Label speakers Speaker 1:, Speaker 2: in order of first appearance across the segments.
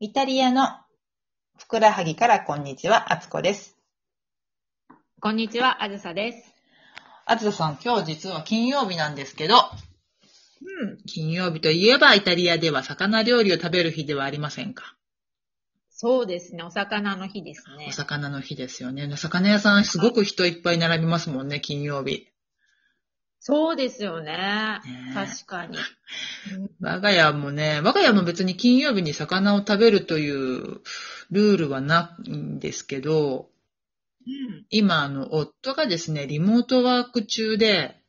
Speaker 1: イタリアのふくらはぎからこんにちは、あつこです。
Speaker 2: こんにちは、あずさです。
Speaker 1: あつさん、今日実は金曜日なんですけど、
Speaker 2: うん。
Speaker 1: 金曜日といえばイタリアでは魚料理を食べる日ではありませんか。
Speaker 2: そうですね、お魚の日ですね
Speaker 1: お。魚の日ですよね。魚屋さんすごく人いっぱい並びますもんね、金曜日。
Speaker 2: そうですよね。
Speaker 1: ねえ
Speaker 2: 確 かに。
Speaker 1: 我が家もね、我が家も別に金曜日に魚を食べるというルールはないんですけど、今、あの、夫がですね、リモートワーク中で、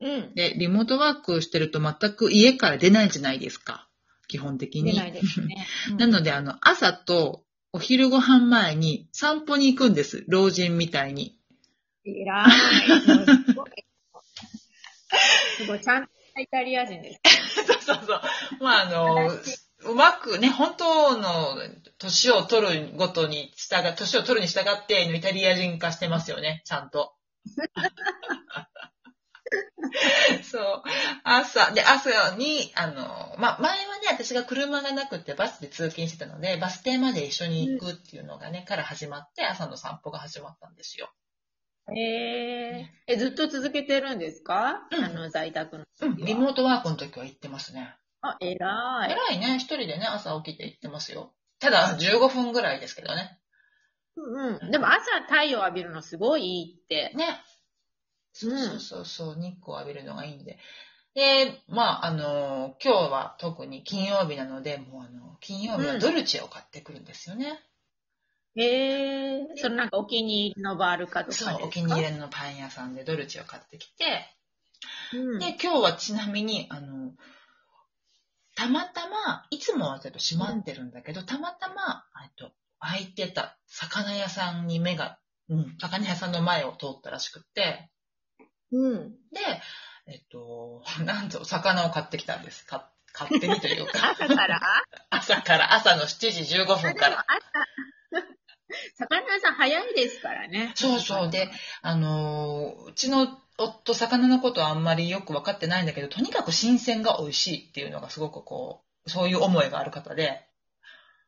Speaker 2: うん。うん。
Speaker 1: で、リモートワークしてると全く家から出ないじゃないですか。基本的
Speaker 2: 出
Speaker 1: に。
Speaker 2: ないです ね。
Speaker 1: なので、あの、朝とお昼ご飯前に散歩に行くんです。老人みたいに。
Speaker 2: いらい。すごい。すごい、ちゃんとイタリア人です。
Speaker 1: そうそうそう。まあ、あ の、うまくね、本当の年を取るごとに従、年を取るに従って、イタリア人化してますよね、ちゃんと。 そう。朝、で、朝に、あの、まあ、前はね、私が車がなくてバスで通勤してたので、バス停まで一緒に行くっていうのがね、から始まって、朝の散歩が始まったんですよ。
Speaker 2: えー、え、ずっと続けてるんですか、
Speaker 1: うん
Speaker 2: あの、在宅の。
Speaker 1: うん、リモートワークの時は行ってますね。
Speaker 2: あ、えらい。
Speaker 1: 偉いね、一人でね、朝起きて行ってますよ。ただ、15分ぐらいですけどね。
Speaker 2: うんうん。でも朝太陽浴びるのすごいいいって。
Speaker 1: ね。そううんそうそうそう、日光浴びるのがいいんで。で、まあ、あのー今日は特に金曜日なので、もうあの、金曜日はドルチェを買ってくるんですよね。
Speaker 2: えー、そのなんかお気に入りのバールかとかで
Speaker 1: そ
Speaker 2: すか
Speaker 1: う、お気に入りのパン屋さんでドルチェを買ってきて、
Speaker 2: うん、
Speaker 1: で、今日はちなみに、あの、たまたま、いつもはちょっと閉まってるんだけど、たまたま、えっと、空いてた魚屋さんに目が、うん、魚屋さんの前を通ったらしくって、
Speaker 2: うん。
Speaker 1: で、えっと、 なんと、魚を買ってきたんです。か買ってみという か、
Speaker 2: 朝から
Speaker 1: 朝から、朝の7時15
Speaker 2: あ
Speaker 1: 分
Speaker 2: で
Speaker 1: か
Speaker 2: も
Speaker 1: ら。
Speaker 2: 朝、魚屋さん早いですからね。
Speaker 1: そうそう。で、あのーうちの夫、魚のことはあんまりよく分かってないんだけど、とにかく新鮮が美味しいっていうのがすごくこう、そういう思いがある方 で、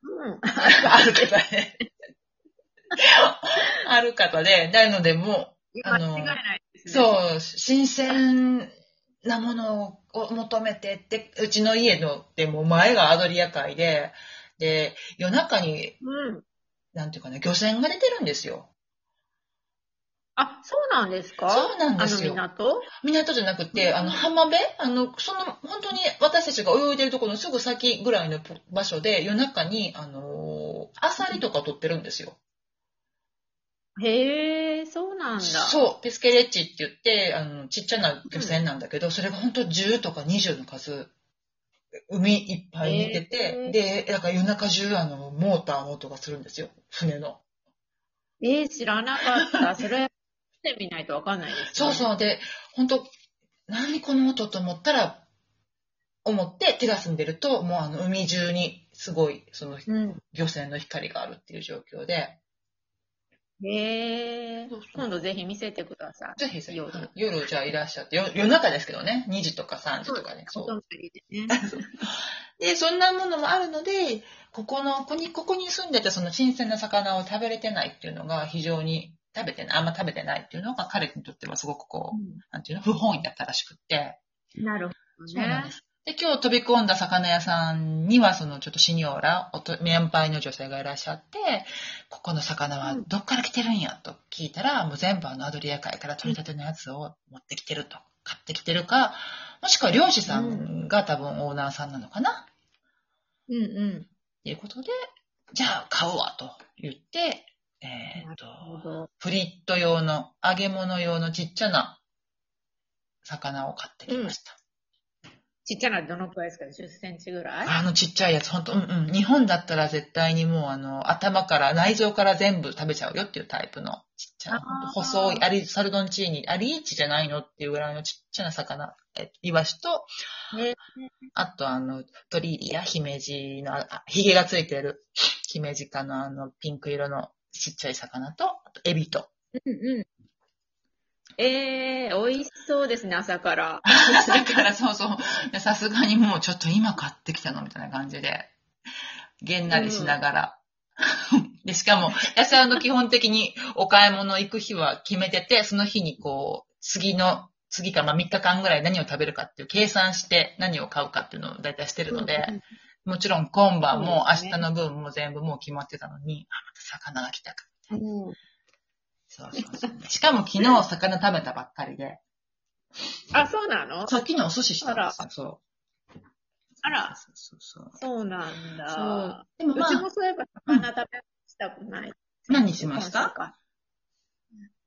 Speaker 2: うん。
Speaker 1: ある方で、ある方で、なのでもあ
Speaker 2: 間
Speaker 1: の
Speaker 2: 違いないで
Speaker 1: う、
Speaker 2: すね。
Speaker 1: そう、新鮮なものを求めてって、うちの家の、でも前がアドリア海で、で、夜中に
Speaker 2: う。うん。
Speaker 1: なんていうかね、漁船が出てるんですよ。
Speaker 2: あ、そうなんですか
Speaker 1: そうなんで
Speaker 2: あの
Speaker 1: すよ。
Speaker 2: 港
Speaker 1: 港じゃなくて、あの、浜辺あの、その、本当に私たちが泳いでるところのすぐ先ぐらいの場所で、夜中に、あのーアサリとかを取ってるんですよ。
Speaker 2: へえ、そうなんだ。
Speaker 1: そう、ペスケレッチって言って、あの、ちっちゃな漁船なんだけど、それが本当10とか20の数、海いっぱいに出て
Speaker 2: へ
Speaker 1: て、
Speaker 2: ー
Speaker 1: で、だから夜中中、あの、モーターの音がするんですよ。船の。
Speaker 2: えー、知らなかった。それ、見てみないとわかんないです、ね。
Speaker 1: そうそう。で、本当何この音と思ったら、思って手が住んでると、もうあの海中にすごい、その
Speaker 2: う。うん。
Speaker 1: 漁船の光があるっていう状況で、
Speaker 2: へえ
Speaker 1: そうそう、
Speaker 2: 今度ぜひ見せてください。
Speaker 1: ぜひぜひ
Speaker 2: 夜
Speaker 1: 夜じゃあいらっしゃって、よ夜中ですけどね、2時とか3時とかね。
Speaker 2: お
Speaker 1: そう。
Speaker 2: 泊まりでね。
Speaker 1: で、そんなものもあるので、ここの、ここに、ここに住んでてその新鮮な魚を食べれてないっていうのが非常に食べてない、あんま食べてないっていうのが彼にとってはすごくこう、なんていうの、不本意だったらしくって。
Speaker 2: うんなるほど
Speaker 1: そうなん
Speaker 2: ね
Speaker 1: で。す。で、今日飛び込んだ魚屋さんには、そのちょっとシニオーラ、おと年配の女性がいらっしゃって、ここの魚はどっから来てるんやと聞いたら、もう全部あのアドリア海から取り立てのやつを持ってきてると、買ってきてるか、もしくは漁師さんが多分オーナーさんなのかな、っ
Speaker 2: うんう
Speaker 1: ていうことで、じゃあ買うわと言って、えーっ
Speaker 2: ん。なるほ
Speaker 1: と、
Speaker 2: ど。
Speaker 1: フリット用の、揚げ物用のちっちゃな魚を買ってきました。
Speaker 2: ちっちゃなどのくらいですか ?10 センチぐらい
Speaker 1: あのちっちゃいやつ、本当うんうん。日本だったら絶対にもうあの、頭から、内臓から全部食べちゃうよっていうタイプの、ちっちゃな、
Speaker 2: あー
Speaker 1: ほんと細い、アリ、サルドンチーニ、アリーチじゃないのっていうぐらいのちっちゃな魚、えっと、イワシと
Speaker 2: ね、
Speaker 1: あとあの、トリリア、ヒメジの、あヒゲがついてる、ヒメジ科のあの、ピンク色のちっちゃい魚と、あとエビと。
Speaker 2: うんうん。ええー、美味しそうですね、朝から。
Speaker 1: だからそうそう。いやさすがにもうちょっと今買ってきたのみたいな感じで。げんなりしながら。で、しかも、安さんの基本的にお買い物行く日は決めてて、その日にこう、次の、次からまあ3日間ぐらい何を食べるかっていう計算して何を買うかっていうのを大体してるので、もちろん今晩も
Speaker 2: そうです
Speaker 1: 明
Speaker 2: ね
Speaker 1: 日の分も全部もう決まってたのに、あ、また魚が来たか。
Speaker 2: うん。うん
Speaker 1: そうそうそう。しかも昨日魚食べたばっかりで、
Speaker 2: あ、そうなの
Speaker 1: さっきのお寿司したんですよ、そう。
Speaker 2: あら、
Speaker 1: そうそうそう。
Speaker 2: そうなんだ。
Speaker 1: そう。でも
Speaker 2: う
Speaker 1: ま
Speaker 2: ち
Speaker 1: あ、
Speaker 2: もそういえば魚食べしたくない。
Speaker 1: 何しました
Speaker 2: か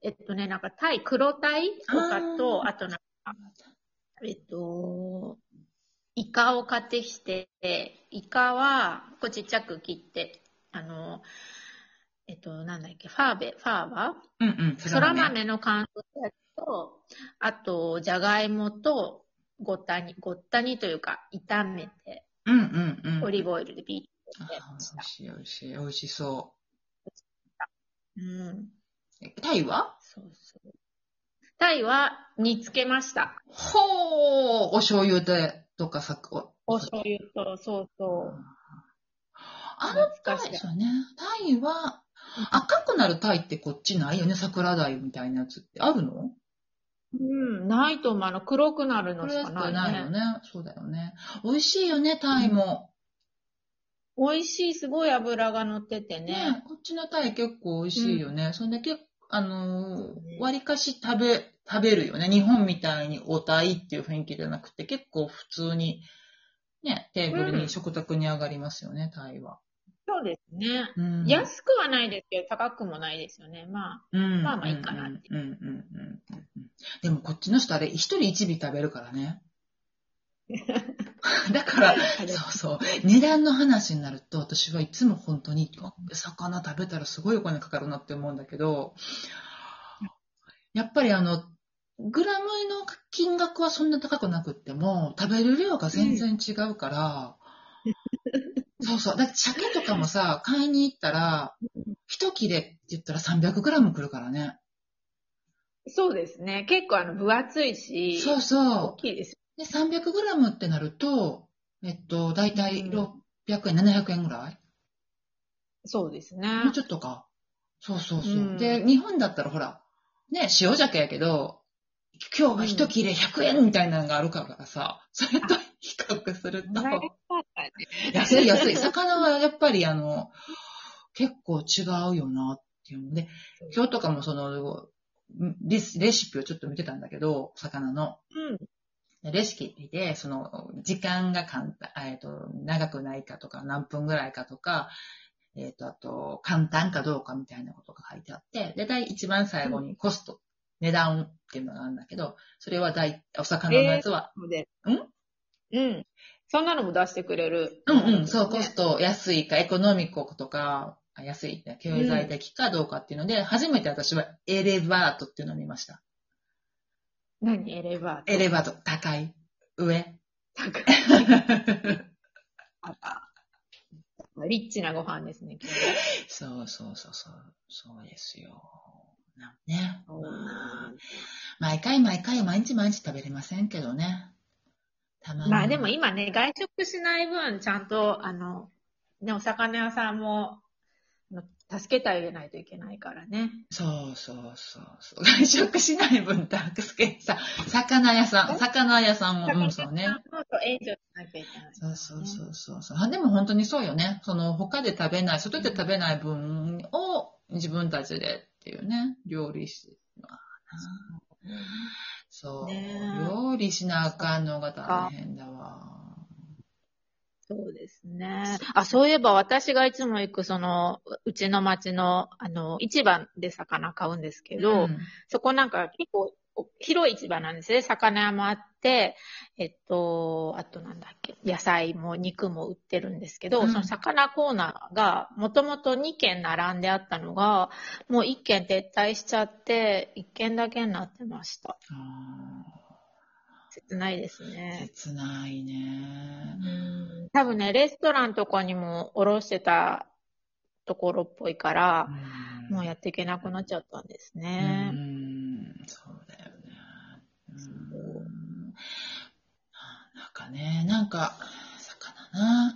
Speaker 2: えっとね、なんかタイ、黒タイとかと、
Speaker 1: あ
Speaker 2: あとなんか、えっと、イカを買ってきて、イカは、こうちっちゃく切って、あの、えっと、なんだっけ、ファーベ、ファーバ
Speaker 1: うんうん、
Speaker 2: そら
Speaker 1: 豆
Speaker 2: 豆の乾燥したやつと、あと、じゃがいもと、ごったに、ごったにというか、炒めて、
Speaker 1: うんうんうん。
Speaker 2: オリーブオイルでビー
Speaker 1: あ
Speaker 2: ッとやりまし
Speaker 1: ー美
Speaker 2: た
Speaker 1: 味しい美味しい、美味しそ
Speaker 2: うん。
Speaker 1: う。えタイは
Speaker 2: そうそう。タイは煮つけました。
Speaker 1: ほー、お醤油で、とかさ、お
Speaker 2: お醤油と、そうそう。
Speaker 1: あのタイですよね。タイは、赤くなるタイってこっちないよね、桜鯛みたいなやつって。あるの
Speaker 2: うん、ないと思う。あの、黒くなるのしかない,、ね、
Speaker 1: ないよね。そうだよね。美味しいよね、タイも。
Speaker 2: 美味しい、すごい油が乗っててね。
Speaker 1: ねこっちのタイ結構美味しいよね。そんで結構、あの
Speaker 2: そう
Speaker 1: ー、
Speaker 2: ね
Speaker 1: 割かし食べ、食べるよね。日本みたいにおタイっていう雰囲気じゃなくて、結構普通に、ね、テーブル
Speaker 2: う
Speaker 1: に
Speaker 2: ん
Speaker 1: 食卓に上がりますよね、タイは。
Speaker 2: そうですね。
Speaker 1: うん
Speaker 2: 安くはないですけど、高くもないですよね。まあ、
Speaker 1: うん
Speaker 2: まあまあいいかなって
Speaker 1: うんうんうんうんうんうん。でもこっちの人あれ、一人一尾食べるから ね。だから、そうそう。値段の話になると、私はいつも本当に、魚食べたらすごいお金かかるなって思うんだけど、やっぱりあの、グラムの金額はそんな高くなくっても、食べる量が全然違うから、そうそう。だって鮭とかもさ、買いに行ったら、一切れって言ったら300グラムくるからね。
Speaker 2: そうですね。結構、あの、分厚いし、
Speaker 1: そう
Speaker 2: 大
Speaker 1: そ
Speaker 2: きいです。
Speaker 1: う。で、300グラムってなると、えっと、だいたい
Speaker 2: うん
Speaker 1: 600円、700円ぐらい
Speaker 2: そうですね
Speaker 1: もう。ちょっとか。そうそうそう。
Speaker 2: うん
Speaker 1: で、日本だったらほら、ね、塩鮭やけど、今日が一切れ100円みたいなのがあるからさ、それと比較すると、
Speaker 2: なるほどね
Speaker 1: 安い安い。魚はやっぱりあの、結構違うよなっていうので、今日とかもその、レシレシピをちょっと見てたんだけど、魚の。
Speaker 2: うん。
Speaker 1: レシピで、その、時間が簡単、えっ、と、長くないかとか、何分ぐらいかとか、えっ、と、あと、簡単かどうかみたいなことが書いてあって、で、第一番最後にコスト、値段っていうのがあるんだけど、それは大、お魚のやつは、
Speaker 2: ので。
Speaker 1: うん
Speaker 2: うん。そんなのも出してくれる。
Speaker 1: うんうん、そう、コ
Speaker 2: ね
Speaker 1: スト安いか、エコノミコとか、あ安い、経済的かどうかっていうので、初めて私はエレバートっていうのを見ました。
Speaker 2: 何エレバーって
Speaker 1: エレバート、高い、上。
Speaker 2: 高いリッチなご飯ですね、今日は
Speaker 1: そうそうそうそう、そうですよ。なんね。
Speaker 2: おー
Speaker 1: まあ毎回毎回毎日毎日食べれませんけどね。たまに。
Speaker 2: まあでも今ね、外食しない分、ちゃんと、あの、ね、お魚屋さんも、あの助けてあげないといけないからね。
Speaker 1: そうそうそうそう。外食しない分たくすけさ、魚屋さん、魚屋さんも、うん、そうね
Speaker 2: 魚。屋さんもそう援助しなきゃいけない。
Speaker 1: そうそうそうそうそう。あでも本当にそうよね。その他で食べない、外で食べない分を自分たちでっていうね、料理し、そう、
Speaker 2: ね
Speaker 1: 料理しなあかんのが大変だわ。
Speaker 2: そうですね。あ、そういえば私がいつも行く、その、うちの町の、あの、市場で魚買うんですけ
Speaker 1: う
Speaker 2: ど、
Speaker 1: ん
Speaker 2: そこなんか結構広い市場なんですね。魚屋もあって、えっと、あとなんだっけ、野菜も肉も売ってるんですけど、
Speaker 1: うん
Speaker 2: その魚コーナーがもともと2軒並んであったのが、もう1軒撤退しちゃって、1軒だけになってました。
Speaker 1: あ
Speaker 2: 切ないです
Speaker 1: ー
Speaker 2: ね。
Speaker 1: 切ないね。
Speaker 2: 多分ね、レストランとかにも卸してたところっぽいから、もうやっていけなくなっちゃったんです
Speaker 1: う
Speaker 2: ね。
Speaker 1: ん、そうだよね。うんなんかね、なんか、魚な。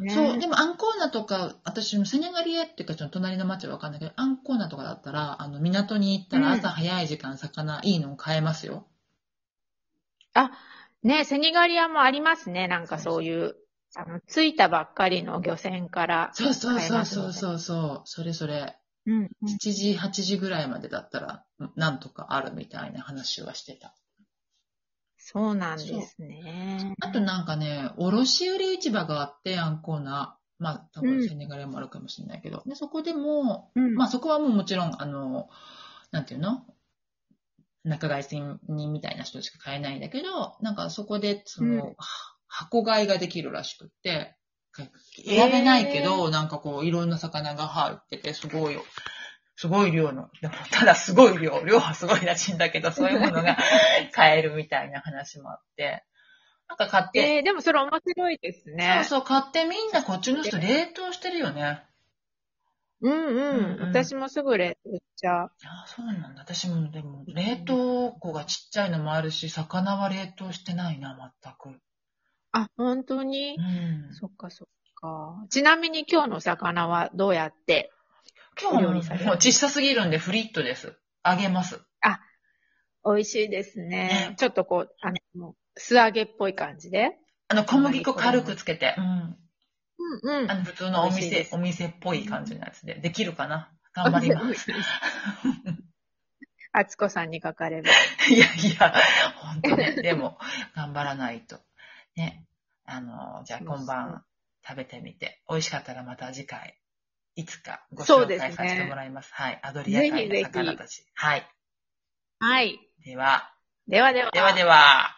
Speaker 2: う
Speaker 1: そう、でもアンコーナとか、私もセネガリエっていうか、ちょっと隣の町はわかんないけど、アンコーナとかだったら、あの、港に行った
Speaker 2: う
Speaker 1: ら
Speaker 2: ん
Speaker 1: 朝早い時間魚、いいのを買えますよ。
Speaker 2: ね、セニガリアもありますね、なんかそういう、あの、着いたばっかりの漁船から。
Speaker 1: そうそう
Speaker 2: 買え
Speaker 1: そう
Speaker 2: ます
Speaker 1: そ
Speaker 2: よ
Speaker 1: う
Speaker 2: ね
Speaker 1: そうそう、それそれ。
Speaker 2: うん、うん。
Speaker 1: 7時、8時ぐらいまでだったら、なんとかあるみたいな話はしてた。
Speaker 2: そうなんですね。
Speaker 1: あとなんかね、卸売市場があって、アンコーナ。まあ、多分セネガリアもあるかもしれないけど。で、そこでも、
Speaker 2: うん、
Speaker 1: まあそこはもうもちろん、あの、なんていうの仲買人みたいな人しか買えないんだけど、なんかそこで、その、
Speaker 2: うん
Speaker 1: は箱買いができるらしくって、選べないけど、なんかこう、いろんな魚が入ってて、すごいよ。すごい量の、でもただすごい量、量はすごいらしいんだけど、そういうもの が買えるみたいな話もあって、なんか買って、
Speaker 2: えーでもそれ面白いですね。
Speaker 1: そうそう、買ってみんなこっちの人冷凍してるよね。
Speaker 2: うんうん。
Speaker 1: うんうん
Speaker 2: 私もすぐ冷凍しちゃう。
Speaker 1: あそうなんだ。私もでも、冷凍庫がちっちゃいのもあるし、魚は冷凍してないな、全く。
Speaker 2: あ、本当に、
Speaker 1: うん。
Speaker 2: そっかそっか。ちなみに今日の魚はどうやって
Speaker 1: 今
Speaker 2: お料理
Speaker 1: 日
Speaker 2: さ
Speaker 1: は
Speaker 2: れる
Speaker 1: もう小さすぎるんでフリットです。揚げます。
Speaker 2: 美味しいですね。ちょっとこう、あの、素揚げっぽい感じで。
Speaker 1: あの、小麦粉軽くつけて。うん。
Speaker 2: うんう
Speaker 1: あ
Speaker 2: ん。
Speaker 1: の、普通のお
Speaker 2: 美味しいで
Speaker 1: 店、
Speaker 2: す
Speaker 1: お店っぽい感じのやつで。できるかな頑張ります。
Speaker 2: あつこさんにかかれば。
Speaker 1: いやいや、本当ね。でも、頑張らないと。ね。あの、じゃあ今晩食べてみて、美味しかったらまた次回、いつかご
Speaker 2: そう
Speaker 1: 紹
Speaker 2: です
Speaker 1: 介
Speaker 2: ね
Speaker 1: させてもらいます。はい。アドリア海の魚たち。はい。
Speaker 2: はい。
Speaker 1: では、
Speaker 2: ではでは。
Speaker 1: ではでは。